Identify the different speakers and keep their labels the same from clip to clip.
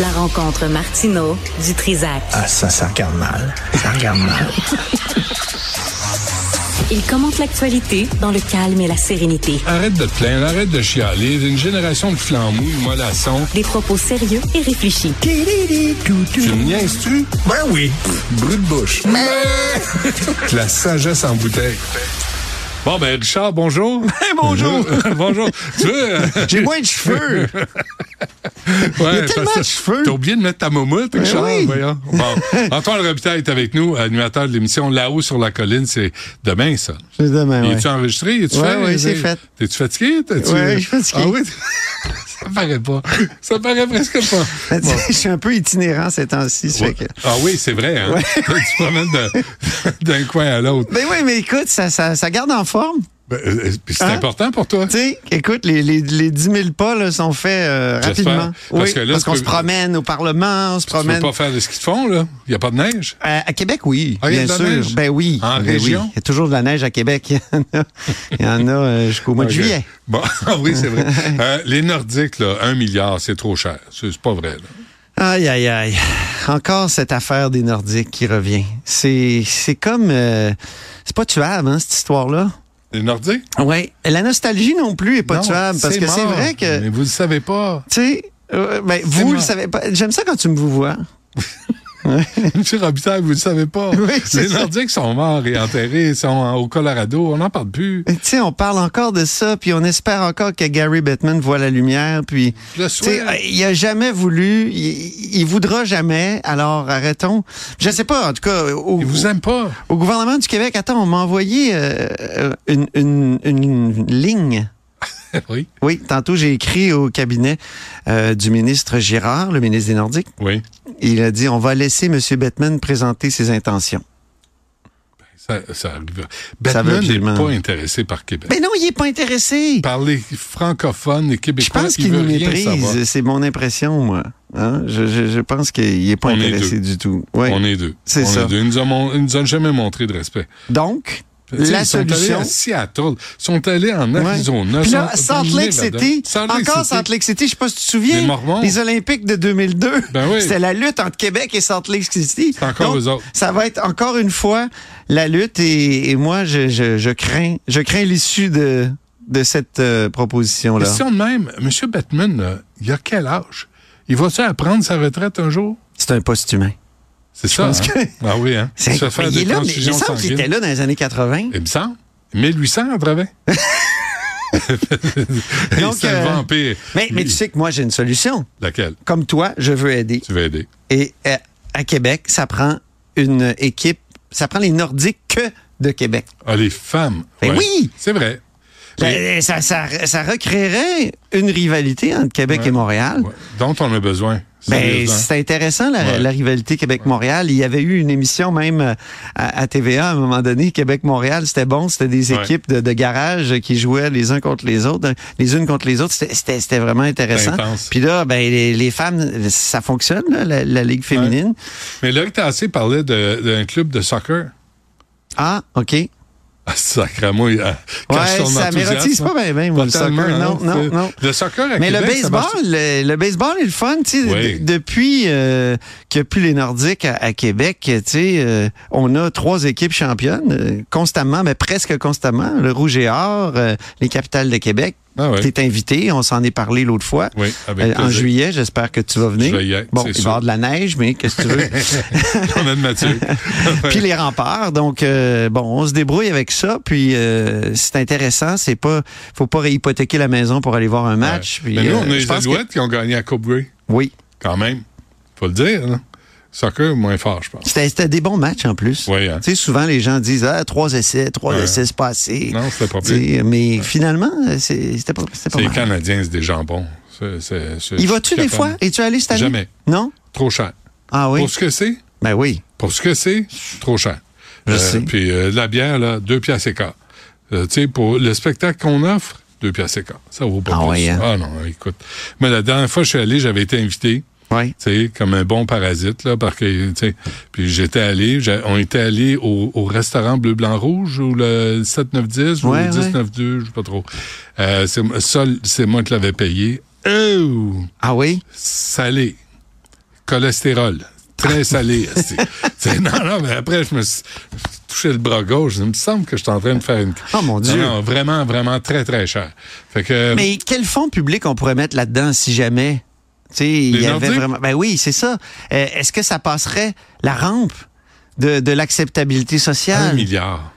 Speaker 1: La rencontre Martino du Trizac.
Speaker 2: Ah, ça, ça regarde mal. Ça regarde mal.
Speaker 1: Il commente l'actualité dans le calme et la sérénité.
Speaker 3: Arrête de te plaindre, arrête de chialer. Une génération de flambouilles, mollassons.
Speaker 1: Des propos sérieux et réfléchis.
Speaker 3: Tu me niaises-tu?
Speaker 2: Ben oui.
Speaker 3: Brut de bouche. De La sagesse en bouteille. Bon, ben, Richard, bonjour.
Speaker 2: bonjour.
Speaker 3: bonjour. Tu veux... euh,
Speaker 2: J'ai moins de cheveux.
Speaker 3: Ouais,
Speaker 2: Il y a tellement
Speaker 3: parce que
Speaker 2: de cheveux. Ben
Speaker 3: T'as oublié de mettre ta moumoute, Richard.
Speaker 2: oui.
Speaker 3: voyons. Bon. Antoine Robitaille est avec nous, animateur de l'émission Là-haut sur la colline. C'est demain, ça.
Speaker 2: C'est demain, ouais.
Speaker 3: Es-tu enregistré? Es-tu
Speaker 2: Ouais,
Speaker 3: fait?
Speaker 2: ouais, c'est fait.
Speaker 3: T'es-tu fatigué? T'as-tu-
Speaker 2: Ouais, je suis fatigué.
Speaker 3: Ah oui? ça paraît pas. Ça paraît presque pas. Bon.
Speaker 2: Ben, Je suis un peu itinérant ces temps-ci. ça fait que-
Speaker 3: Ah oui, c'est vrai. Hein? tu te promènes de- d'un coin à l'autre.
Speaker 2: Ben oui, mais écoute, ça, ça, ça garde en forme.
Speaker 3: Ben, euh, puis c'est
Speaker 2: Hein?
Speaker 3: important pour toi.
Speaker 2: Tu sais, écoute, les, les, les 10 000 pas là, sont faits euh,
Speaker 3: J'espère.
Speaker 2: rapidement.
Speaker 3: Parce
Speaker 2: Oui,
Speaker 3: que là,
Speaker 2: parce
Speaker 3: tu
Speaker 2: qu'on
Speaker 3: peux-
Speaker 2: se promène au Parlement, on se
Speaker 3: Tu peux
Speaker 2: promène...
Speaker 3: pas faire de ski de fond, là? Il n'y a pas de neige?
Speaker 2: Euh, à Québec, oui,
Speaker 3: Ah, il y a
Speaker 2: bien
Speaker 3: de la
Speaker 2: sûr.
Speaker 3: neige?
Speaker 2: Ben oui.
Speaker 3: En
Speaker 2: ben oui.
Speaker 3: région?
Speaker 2: Il y a toujours de la neige à Québec. Il y en a, il y en a, euh, jusqu'au mois de
Speaker 3: Ok.
Speaker 2: juillet.
Speaker 3: Bon, ah oui, c'est vrai. Euh, les Nordiques, là, un milliard, c'est trop cher. C'est c'est pas vrai. là.
Speaker 2: Aïe, aïe, aïe. Encore cette affaire des Nordiques qui revient. C'est, c'est comme... euh, c'est pas tuable, hein, cette histoire-là.
Speaker 3: Les Nordiques?
Speaker 2: Oui. La nostalgie non plus est pas
Speaker 3: Non,
Speaker 2: tuable, parce que c'est
Speaker 3: mort.
Speaker 2: vrai que...
Speaker 3: Mais vous le savez pas.
Speaker 2: Tu sais, euh, ben, vous
Speaker 3: mort.
Speaker 2: le savez pas. J'aime ça quand tu me vous vois.
Speaker 3: Monsieur Robitaille, vous le savez pas.
Speaker 2: Oui, c'est
Speaker 3: les
Speaker 2: ça.
Speaker 3: Nordiques sont morts et enterrés, ils sont en- au Colorado, on n'en parle plus.
Speaker 2: Tu sais, on parle encore de ça, puis on espère encore que Gary Bettman voit la lumière, puis...
Speaker 3: Je le
Speaker 2: Tu sais,
Speaker 3: souhaite.
Speaker 2: euh, il a jamais voulu, il, il voudra jamais, alors arrêtons. Je sais pas, en tout cas, au,
Speaker 3: Ils vous aiment pas.
Speaker 2: au gouvernement du Québec, attends, on m'a envoyé euh, euh, une, une- une ligne.
Speaker 3: oui.
Speaker 2: Oui, tantôt j'ai écrit au cabinet euh, du ministre Girard, le ministre des Nordiques.
Speaker 3: Oui.
Speaker 2: Il a dit, on va laisser M. Bettman présenter ses intentions.
Speaker 3: Ça, ça arrive.
Speaker 2: Ça veut
Speaker 3: Batman n'est
Speaker 2: absolument-
Speaker 3: pas intéressé par Québec.
Speaker 2: Mais non, il est pas intéressé.
Speaker 3: Parler francophone et
Speaker 2: Je
Speaker 3: québécois,
Speaker 2: pense
Speaker 3: il
Speaker 2: qu'il
Speaker 3: veut
Speaker 2: nous
Speaker 3: rien savoir.
Speaker 2: méprise, c'est mon impression, moi. Hein? Je, je- je pense qu'il est pas
Speaker 3: On est
Speaker 2: intéressé
Speaker 3: deux.
Speaker 2: du tout. Oui.
Speaker 3: On est deux.
Speaker 2: C'est
Speaker 3: On
Speaker 2: ça.
Speaker 3: est deux. Ils nous, ont mon- ils nous ont jamais montré de respect.
Speaker 2: Donc,
Speaker 3: Tu sais,
Speaker 2: la
Speaker 3: ils sont allés
Speaker 2: solution...
Speaker 3: à Seattle, ils sont allés en
Speaker 2: Ouais.
Speaker 3: Arizona.
Speaker 2: Puis là,
Speaker 3: sont-
Speaker 2: Salt Lake
Speaker 3: Nevada.
Speaker 2: City,
Speaker 3: Salt Lake
Speaker 2: encore
Speaker 3: City.
Speaker 2: Salt Lake City, je sais pas si tu te souviens,
Speaker 3: Les Mormons.
Speaker 2: Olympiques de 2002,
Speaker 3: Ben oui.
Speaker 2: c'était la lutte entre Québec et Salt Lake City.
Speaker 3: C'est encore
Speaker 2: Donc,
Speaker 3: eux autres.
Speaker 2: Ça va être encore une fois la lutte et, et moi, je, je- je crains, je crains l'issue de, de cette euh, proposition-là.
Speaker 3: Question de même, M. Batman, là, il a quel âge? Il va-tu apprendre sa retraite un jour?
Speaker 2: C'est un poste humain.
Speaker 3: C'est ça,
Speaker 2: pense
Speaker 3: hein?
Speaker 2: que-
Speaker 3: Ah oui, hein?
Speaker 2: C'est
Speaker 3: Se faire
Speaker 2: mais il
Speaker 3: des
Speaker 2: est là, mais il me
Speaker 3: transfusions
Speaker 2: semble qu'il était
Speaker 3: sanguines.
Speaker 2: là dans les années 80.
Speaker 3: Il me semble. 1800 à travers.
Speaker 2: Donc,
Speaker 3: C'est
Speaker 2: euh,
Speaker 3: un vampire.
Speaker 2: Mais, mais tu sais que moi, j'ai une solution.
Speaker 3: Laquelle?
Speaker 2: Comme toi, je veux aider.
Speaker 3: Tu vas aider.
Speaker 2: Et euh, à Québec, ça prend une équipe, ça prend les Nordiques que de Québec.
Speaker 3: Ah, les femmes.
Speaker 2: Ben
Speaker 3: Ouais.
Speaker 2: oui!
Speaker 3: C'est vrai.
Speaker 2: Ben, ça, ça- ça recréerait une rivalité entre Québec
Speaker 3: Ouais.
Speaker 2: et Montréal.
Speaker 3: Ouais. Dont on a besoin.
Speaker 2: Ben,
Speaker 3: sérieusement.
Speaker 2: c'est intéressant, la,
Speaker 3: Ouais.
Speaker 2: la rivalité Québec-Montréal. Il y avait eu une émission même euh, à, à TVA à un moment donné, Québec-Montréal, c'était bon, c'était des
Speaker 3: Ouais.
Speaker 2: équipes de, de garage qui jouaient les uns contre les autres, les unes contre les autres, C'était- c'était c'était vraiment intéressant.
Speaker 3: C'était intense.
Speaker 2: Puis là, ben, les, les femmes, ça fonctionne, là, la, la Ligue féminine.
Speaker 3: Mais Luc Tassé parlait de- d'un club de soccer.
Speaker 2: Ah, OK.
Speaker 3: Ah, Sacrément, il a- cache
Speaker 2: Ouais,
Speaker 3: son
Speaker 2: ça
Speaker 3: enthousiasme.
Speaker 2: m'érotise pas bien, bien, moi, le soccer.
Speaker 3: Totalement, hein,
Speaker 2: Non, non,
Speaker 3: c'est-
Speaker 2: non.
Speaker 3: Le soccer à
Speaker 2: Mais le
Speaker 3: Québec, ça
Speaker 2: baseball,
Speaker 3: marche-
Speaker 2: le, le baseball est le fun, tu sais.
Speaker 3: Oui.
Speaker 2: d- Depuis euh, qu'il n'y a plus les Nordiques à, à Québec, tu sais, euh, on a trois équipes championnes euh, constamment, mais presque constamment. Le Rouge et Or, euh, les capitales de Québec.
Speaker 3: Ah ouais.
Speaker 2: T'es invité, on s'en est parlé l'autre fois.
Speaker 3: Oui, avec
Speaker 2: Euh, en
Speaker 3: plaisir.
Speaker 2: juillet, j'espère que tu vas venir.
Speaker 3: Je vais y être,
Speaker 2: bon,
Speaker 3: c'est
Speaker 2: il va y
Speaker 3: sûr.
Speaker 2: avoir de la neige, mais qu'est-ce que tu veux?
Speaker 3: On a de Mathieu.
Speaker 2: puis les remparts. Donc euh, bon, on se débrouille avec ça. Puis euh, c'est intéressant. C'est pas, faut pas réhypothéquer la maison pour aller voir un match.
Speaker 3: Ouais.
Speaker 2: puis,
Speaker 3: Mais nous, on
Speaker 2: euh,
Speaker 3: a
Speaker 2: je
Speaker 3: les
Speaker 2: pense que-
Speaker 3: Alouettes qui ont gagné à Coupe Grey,
Speaker 2: Oui,
Speaker 3: quand même. Faut le dire, hein. Soccer, moins fort, je pense.
Speaker 2: c'était c'était des bons matchs en plus.
Speaker 3: Oui, hein.
Speaker 2: Tu sais, souvent les gens disent ah trois essais, trois
Speaker 3: Ouais.
Speaker 2: essais c'est pas assez.
Speaker 3: Non, c'était pas
Speaker 2: Tu sais,
Speaker 3: pire.
Speaker 2: Mais finalement, euh, c'est- c'était pas, c'était
Speaker 3: C'est
Speaker 2: pas
Speaker 3: les
Speaker 2: mal.
Speaker 3: Canadiens, c'est des jambons. C'est- c'est- c'est-
Speaker 2: Y vas-tu des
Speaker 3: capable.
Speaker 2: fois Es-tu allé cette année
Speaker 3: Jamais.
Speaker 2: Non.
Speaker 3: Trop cher.
Speaker 2: Ah oui.
Speaker 3: Pour ce que c'est,
Speaker 2: Ben oui.
Speaker 3: pour ce que c'est, trop cher.
Speaker 2: Je
Speaker 3: Euh,
Speaker 2: sais.
Speaker 3: Puis euh, la bière, là, deux piastres et quart. Euh, tu sais, pour le spectacle qu'on offre, deux piastres et quart. Ça vaut pas
Speaker 2: Ah
Speaker 3: plus.
Speaker 2: ouais, hein?
Speaker 3: Ah non, écoute. Mais la dernière fois que je suis allé, j'avais été invité.
Speaker 2: Ouais.
Speaker 3: tu sais, comme un bon parasite, là, parce que, tu sais, puis j'étais allé, j'a- on était allé au, au restaurant Bleu, Blanc, Rouge, ou le 7-9-10,
Speaker 2: Ouais,
Speaker 3: ou le
Speaker 2: ouais.
Speaker 3: 10-9-2, je sais pas trop. Euh, c'est, ça, c'est moi qui l'avais payé. Oh!
Speaker 2: Ah oui.
Speaker 3: Salé. cholestérol. Très salé. esti. C'est- non, non, mais après, je me suis je me suis touché le bras gauche. Il me semble que je suis en train de faire une.
Speaker 2: Oh, mon Dieu.
Speaker 3: Non, non, vraiment, vraiment très, très cher. Fait que.
Speaker 2: Mais quel fonds public on pourrait mettre là-dedans si jamais? Tu sais, il y avait
Speaker 3: Nordiques?
Speaker 2: vraiment. Ben oui, c'est ça. Euh, Est-ce que ça passerait la rampe de, de l'acceptabilité
Speaker 3: un
Speaker 2: sociale?
Speaker 3: milliard.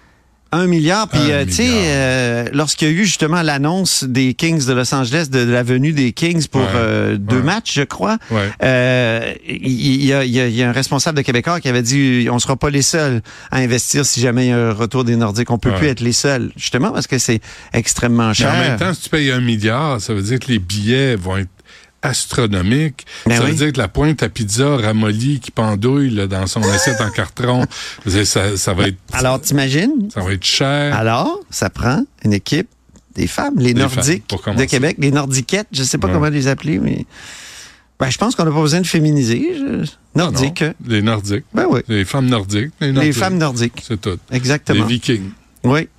Speaker 2: Un milliard. Puis,
Speaker 3: Un
Speaker 2: euh, tu sais,
Speaker 3: milliard.
Speaker 2: euh, lorsqu'il y a eu justement l'annonce des Kings de Los Angeles, de, de la venue des Kings pour
Speaker 3: Ouais,
Speaker 2: euh, deux
Speaker 3: ouais.
Speaker 2: matchs, je crois,
Speaker 3: Ouais.
Speaker 2: euh, il il y, a- il y a- il y a un responsable de Québécois qui avait dit on sera pas les seuls à investir si jamais il y a un retour des Nordiques. On peut
Speaker 3: Ouais.
Speaker 2: plus être les seuls, justement, parce que c'est extrêmement
Speaker 3: Mais
Speaker 2: cher.
Speaker 3: en même temps, si tu payes un milliard, ça veut dire que les billets vont être astronomiques.
Speaker 2: Ben
Speaker 3: ça
Speaker 2: oui.
Speaker 3: veut dire que la pointe à pizza ramollie qui pendouille là, dans son assiette en carton, je veux dire, ça, ça va être
Speaker 2: Alors, t'imagines?
Speaker 3: ça va être cher.
Speaker 2: Alors, ça prend une équipe des femmes, les
Speaker 3: Des femmes,
Speaker 2: Nordiques
Speaker 3: pour
Speaker 2: de
Speaker 3: commencer.
Speaker 2: Québec, les Nordiquettes, je sais pas
Speaker 3: Ouais.
Speaker 2: comment les appeler, mais ben, je pense qu'on n'a pas besoin de féminiser. je-
Speaker 3: Non, non,
Speaker 2: Nordiques.
Speaker 3: Les Nordiques.
Speaker 2: Ben oui.
Speaker 3: Les femmes nordiques. Les,
Speaker 2: Les
Speaker 3: Nordiques.
Speaker 2: femmes nordiques.
Speaker 3: C'est tout. Les
Speaker 2: Exactement.
Speaker 3: Vikings.
Speaker 2: Oui.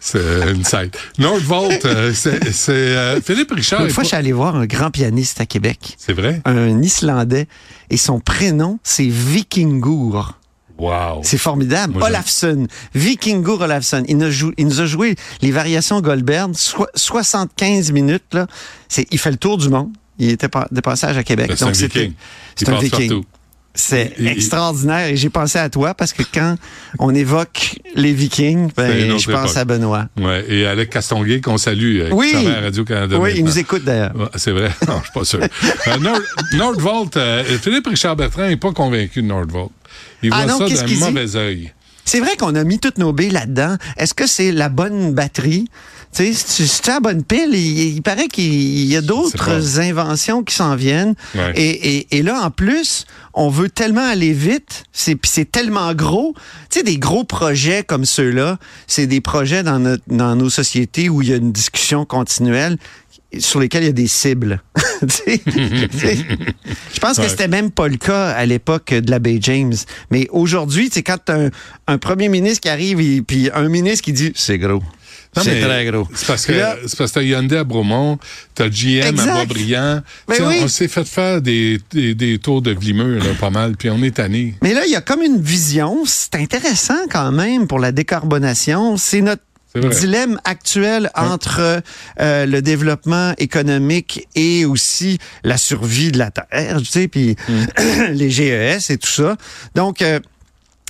Speaker 3: C'est une site. Nordvolt, euh, c'est c'est, euh, Philippe Richard.
Speaker 2: Une
Speaker 3: est
Speaker 2: fois,
Speaker 3: pas-
Speaker 2: je suis allé voir un grand pianiste à Québec,
Speaker 3: C'est vrai?
Speaker 2: un Islandais, et son prénom, c'est Vikingur.
Speaker 3: Wow.
Speaker 2: C'est formidable.
Speaker 3: Oh. Moi, j'aime.
Speaker 2: Olafsson. Vikingur Olafsson. Il nous, joue- il nous a joué les variations Goldberg, soi- 75 minutes. Là. C'est, il fait le tour du monde. Il était pas- de passage à Québec.
Speaker 3: Ben, C'est un
Speaker 2: donc c'était-
Speaker 3: viking.
Speaker 2: C'est
Speaker 3: Il
Speaker 2: un
Speaker 3: passe
Speaker 2: viking.
Speaker 3: partout.
Speaker 2: C'est
Speaker 3: Et- et-
Speaker 2: extraordinaire. Et j'ai pensé à toi parce que quand on évoque les Vikings, ben,
Speaker 3: C'est une autre
Speaker 2: je pense
Speaker 3: époque.
Speaker 2: à Benoît.
Speaker 3: Ouais, et Alec Castonguay, qu'on salue, euh,
Speaker 2: Oui.
Speaker 3: qui travaille à Radio-Canada.
Speaker 2: oui, il
Speaker 3: maintenant.
Speaker 2: nous écoute d'ailleurs.
Speaker 3: Ouais, C'est vrai, non, je suis pas sûr. Euh, Nord- Nordvolt, euh, Philippe Richard Bertrand n'est pas convaincu de Nordvolt. Il
Speaker 2: Ah
Speaker 3: voit
Speaker 2: non,
Speaker 3: ça
Speaker 2: qu'est-ce
Speaker 3: d'un
Speaker 2: qu'il dit?
Speaker 3: mauvais œil.
Speaker 2: C'est vrai qu'on a mis toutes nos billes là-dedans. Est-ce que c'est la bonne batterie? Tu sais, si tu- si tu as la bonne pile, il, il paraît qu'il y a d'autres inventions qui s'en viennent.
Speaker 3: Ouais.
Speaker 2: Et, et- et là, en plus, on veut tellement aller vite, c'est puis c'est tellement gros. Tu sais, des gros projets comme ceux-là, c'est des projets dans, notre- dans nos sociétés où il y a une discussion continuelle sur lesquels il y a des cibles. Tu sais, tu sais, Je pense que
Speaker 3: Ouais.
Speaker 2: c'était même pas le cas à l'époque de la Bay James. Mais aujourd'hui, c'est quand t'as un, un premier ministre qui arrive et puis un ministre qui dit c'est gros.
Speaker 3: Non,
Speaker 2: C'est
Speaker 3: mais
Speaker 2: très gros.
Speaker 3: C'est parce que
Speaker 2: Puis là-
Speaker 3: c'est parce que t'as Hyundai à Bromont, t'as GM
Speaker 2: Exact.
Speaker 3: à Boisbriand. Tu
Speaker 2: Ben
Speaker 3: sais, on-
Speaker 2: oui.
Speaker 3: On s'est fait faire des, des, des tours de Vlimeux, là, pas mal, puis on est tanné.
Speaker 2: Mais là, il y a comme une vision. C'est intéressant quand même pour la décarbonation. C'est notre
Speaker 3: C'est vrai.
Speaker 2: dilemme actuel entre euh, le développement économique et aussi la survie de la Terre, tu sais, puis
Speaker 3: Mm.
Speaker 2: les GES et tout ça. Donc, euh,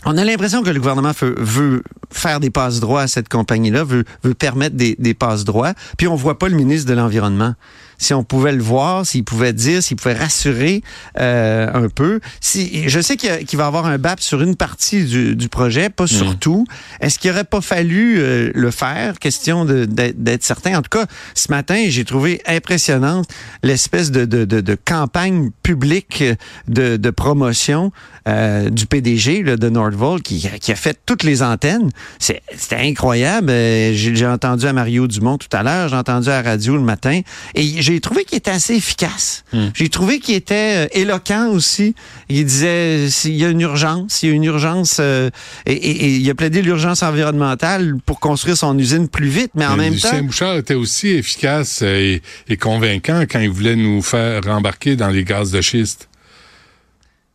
Speaker 2: on a l'impression que le gouvernement veut, veut faire des passes droits à cette compagnie-là, veut, veut permettre des, des passes droits, puis on voit pas le ministre de l'Environnement. Si on pouvait le voir, s'il pouvait dire, s'il pouvait rassurer euh, un peu. Si, je sais qu'il y a- qu'il va y avoir un BAP sur une partie du, du projet, pas sur tout. Est-ce qu'il aurait pas fallu euh, le faire? Question de- d'être d'être certain. En tout cas, ce matin, j'ai trouvé impressionnante l'espèce de, de, de, de campagne publique de, de promotion euh, du PDG là, de Nordvolt qui, qui a fait toutes les antennes. C'est- C'était incroyable. Euh, J'ai j'ai entendu à Mario Dumont tout à l'heure, j'ai entendu à la radio le matin et j'ai trouvé qu'il était assez efficace.
Speaker 3: Hmm.
Speaker 2: J'ai trouvé qu'il était euh, éloquent aussi. Il disait euh, s'il y a une urgence, il y a une urgence euh, et, et- et il a plaidé l'urgence environnementale pour construire son usine plus vite, mais en
Speaker 3: Mais
Speaker 2: même
Speaker 3: Lucien
Speaker 2: temps...
Speaker 3: Bouchard était aussi efficace euh, et, et convaincant quand il voulait nous faire embarquer dans les gaz de schiste.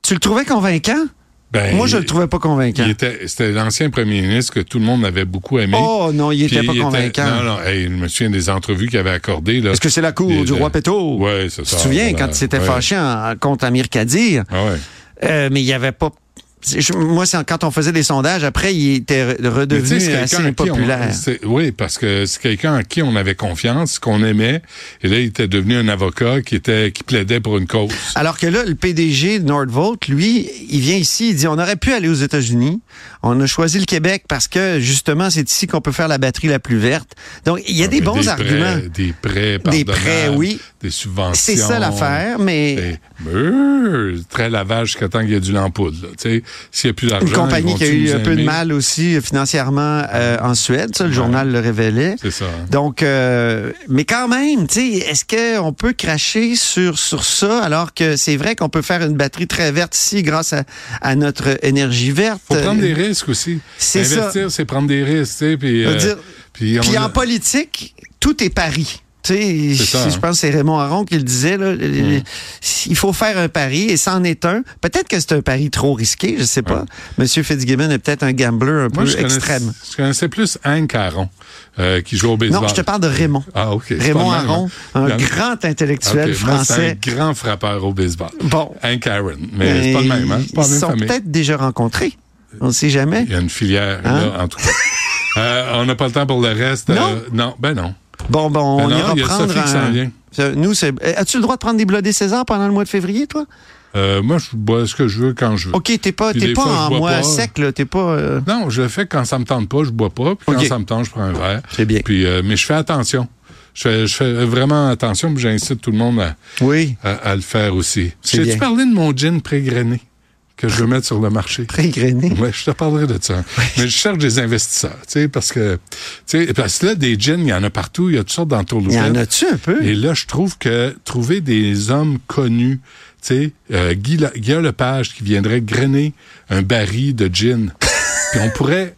Speaker 2: Tu le trouvais convaincant?
Speaker 3: Ben,
Speaker 2: Moi, je le trouvais pas convaincant.
Speaker 3: il était- C'était l'ancien premier ministre que tout le monde avait beaucoup aimé.
Speaker 2: Oh non, il
Speaker 3: Puis
Speaker 2: était pas
Speaker 3: il
Speaker 2: convaincant.
Speaker 3: Non, non, hey, je me souviens des entrevues qu'il avait accordées. là.
Speaker 2: Est-ce que c'est la cour
Speaker 3: Des-
Speaker 2: du roi
Speaker 3: des-
Speaker 2: Péto?
Speaker 3: Ouais, c'est
Speaker 2: Tu
Speaker 3: ça.
Speaker 2: te souviens
Speaker 3: voilà.
Speaker 2: quand il s'était
Speaker 3: Ouais.
Speaker 2: fâché en, en contre Amir Kadir?
Speaker 3: Ah ouais.
Speaker 2: Euh, mais il n'y avait pas. c'est- je- moi, c'est en- quand on faisait des sondages, après, il était re-
Speaker 3: Mais tu sais,
Speaker 2: redevenu
Speaker 3: c'est
Speaker 2: assez
Speaker 3: quelqu'un à qui on-
Speaker 2: impopulaire.
Speaker 3: c'est- oui, parce que c'est quelqu'un en qui on avait confiance, qu'on aimait, et là, il était devenu un avocat qui était qui plaidait pour une cause.
Speaker 2: Alors que là, le PDG de Nordvolt, lui, il vient ici, il dit on aurait pu aller aux États-Unis. On a choisi le Québec parce que, justement, c'est ici qu'on peut faire la batterie la plus verte. Donc, il y a des bons
Speaker 3: prêts-
Speaker 2: arguments.
Speaker 3: Ah, des prêts,
Speaker 2: Des prêts,
Speaker 3: pardonnables,
Speaker 2: oui.
Speaker 3: Des subventions.
Speaker 2: C'est ça l'affaire, mais
Speaker 3: Et, euh, très lavage jusqu'à temps qu'il y a du lampoule. là, tu sais. S'il n'y a plus d'argent,
Speaker 2: une compagnie
Speaker 3: ils
Speaker 2: qui a
Speaker 3: vont-tu
Speaker 2: eu
Speaker 3: nous
Speaker 2: un peu de
Speaker 3: aimer?
Speaker 2: mal aussi euh, financièrement euh, en Suède, ça, le journal le révélait.
Speaker 3: C'est ça. hein.
Speaker 2: Donc, euh, mais quand même, tu sais, est-ce qu'on peut cracher sur, sur ça alors que c'est vrai qu'on peut faire une batterie très verte ici grâce à, à notre énergie verte?
Speaker 3: Faut prendre des risques aussi.
Speaker 2: Euh, c'est ça.
Speaker 3: Investir, c'est prendre des risques, tu sais, puis,
Speaker 2: Je veux
Speaker 3: euh,
Speaker 2: dire,
Speaker 3: puis on
Speaker 2: Puis
Speaker 3: a-
Speaker 2: en politique, tout est pari. Tu sais,
Speaker 3: ça,
Speaker 2: je
Speaker 3: hein.
Speaker 2: pense que c'est Raymond Aron qui le disait. Là, Il faut faire un pari et c'en est un. Peut-être que c'est un pari trop risqué, je sais pas. Monsieur Fitzgibbon est peut-être un gambler
Speaker 3: Moi, je
Speaker 2: un peu
Speaker 3: connaissais-
Speaker 2: extrême.
Speaker 3: Je connaissais plus Hank Caron, euh, qui joue au baseball.
Speaker 2: Non, je te parle de Raymond.
Speaker 3: Ah, OK. C'est
Speaker 2: Raymond
Speaker 3: pas le même,
Speaker 2: Aron,
Speaker 3: hein.
Speaker 2: un
Speaker 3: La-
Speaker 2: grand intellectuel
Speaker 3: Ok, moi, c'est
Speaker 2: français.
Speaker 3: un grand frappeur au baseball.
Speaker 2: Bon.
Speaker 3: Hank Aaron. Mais c'est pas le même, hein? C'est
Speaker 2: Ils
Speaker 3: pas la
Speaker 2: se
Speaker 3: même
Speaker 2: sont
Speaker 3: famille.
Speaker 2: peut-être déjà rencontrés. On ne sait jamais.
Speaker 3: Il y a une filière, là, en tout cas. Euh, on n'a pas le temps pour le reste.
Speaker 2: Hein? Non.
Speaker 3: Euh, non, ben non.
Speaker 2: Bon, bon, on
Speaker 3: Ben non,
Speaker 2: ira
Speaker 3: il y a
Speaker 2: prendre
Speaker 3: Sophie qui s'en vient.
Speaker 2: un... Nous, c'est... Eh, As-tu le droit de prendre des blodés César pendant le mois de février, toi?
Speaker 3: Euh, moi, je bois ce que je veux quand je veux.
Speaker 2: OK, t'es pas,
Speaker 3: Puis
Speaker 2: t'es
Speaker 3: des
Speaker 2: pas
Speaker 3: fois, je
Speaker 2: en
Speaker 3: bois
Speaker 2: mois
Speaker 3: pas.
Speaker 2: sec, là. T'es pas... euh,
Speaker 3: Non, je le fais quand ça me tente pas, je bois pas. Puis
Speaker 2: Ok.
Speaker 3: quand ça me tente, je prends un verre.
Speaker 2: C'est bien.
Speaker 3: Puis, euh, mais je fais attention. Je fais, je fais vraiment attention, puis j'incite tout le monde à,
Speaker 2: Oui,
Speaker 3: à- à le faire aussi.
Speaker 2: C'est bien.
Speaker 3: J'ai-tu parlé de mon gin pré-grainé que je veux mettre sur le marché?
Speaker 2: très grainé.
Speaker 3: Ouais, je te parlerai de ça. Mais je cherche des investisseurs, tu sais, parce que, tu sais, parce que là, des gins, il y en a partout, il y a toutes sortes
Speaker 2: Il y
Speaker 3: d'entourloupettes.
Speaker 2: en a-tu un peu?
Speaker 3: Et là, je trouve que trouver des hommes connus, tu sais, euh, Guy, La- Guy Lepage qui viendrait grainer un baril de gin, puis on pourrait...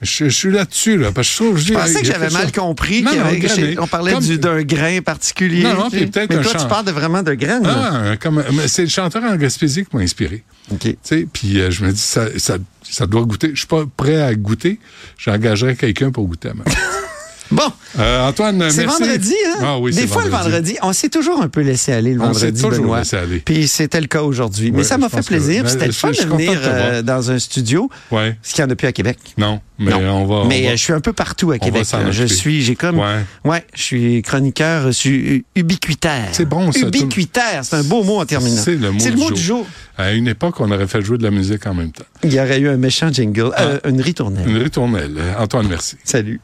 Speaker 3: Je, je suis là-dessus, là, parce que je trouve...
Speaker 2: Je pensais que j'avais mal compris.
Speaker 3: Non,
Speaker 2: qu'il y
Speaker 3: non,
Speaker 2: avait-
Speaker 3: grainer.
Speaker 2: on parlait
Speaker 3: Comme-
Speaker 2: du- d'un grain particulier.
Speaker 3: Non, non,
Speaker 2: tu sais.
Speaker 3: puis peut-être
Speaker 2: Mais
Speaker 3: un
Speaker 2: toi, tu
Speaker 3: champ.
Speaker 2: parles de vraiment de grain. là.
Speaker 3: Ah, comme, mais c'est le chanteur en Gaspésie qui m'a inspiré.
Speaker 2: OK.
Speaker 3: Tu sais, puis euh, je me dis, ça, ça, ça doit goûter. Je suis pas prêt à goûter. J'engagerai quelqu'un pour goûter à ma place.
Speaker 2: Bon,
Speaker 3: Euh, Antoine, merci.
Speaker 2: c'est vendredi, hein?
Speaker 3: Ah oui,
Speaker 2: Des
Speaker 3: c'est
Speaker 2: fois, le vendredi, on s'est toujours un peu laissé aller le
Speaker 3: On s'est
Speaker 2: vendredi,
Speaker 3: toujours
Speaker 2: Benoît.
Speaker 3: laissé aller.
Speaker 2: Puis c'était le cas aujourd'hui. Mais
Speaker 3: Ouais,
Speaker 2: ça m'a
Speaker 3: je
Speaker 2: fait
Speaker 3: pense que-
Speaker 2: plaisir.
Speaker 3: mais
Speaker 2: C'était le
Speaker 3: je-
Speaker 2: fun
Speaker 3: je
Speaker 2: de
Speaker 3: suis content de
Speaker 2: venir
Speaker 3: te voir.
Speaker 2: euh, dans un studio,
Speaker 3: Ouais.
Speaker 2: ce qu'il n'y en a plus à Québec.
Speaker 3: Non, mais
Speaker 2: Non.
Speaker 3: on va.
Speaker 2: Mais
Speaker 3: on va-
Speaker 2: euh, je suis un peu partout à
Speaker 3: va
Speaker 2: Québec.
Speaker 3: s'en
Speaker 2: là. Je
Speaker 3: occuper.
Speaker 2: suis, j'ai comme, ouais.
Speaker 3: Ouais.
Speaker 2: je suis chroniqueur, je suis ubiquitaire.
Speaker 3: C'est bon, ça, tout-
Speaker 2: Ubiquitaire, c'est un beau mot en terminant.
Speaker 3: C'est le mot,
Speaker 2: du, jour.
Speaker 3: À une époque, on aurait fait jouer de la musique en même temps. Ah. Mm.
Speaker 2: Il y aurait eu un méchant jingle, euh, une ritournelle.
Speaker 3: Une ritournelle. Antoine, merci.
Speaker 2: Salut.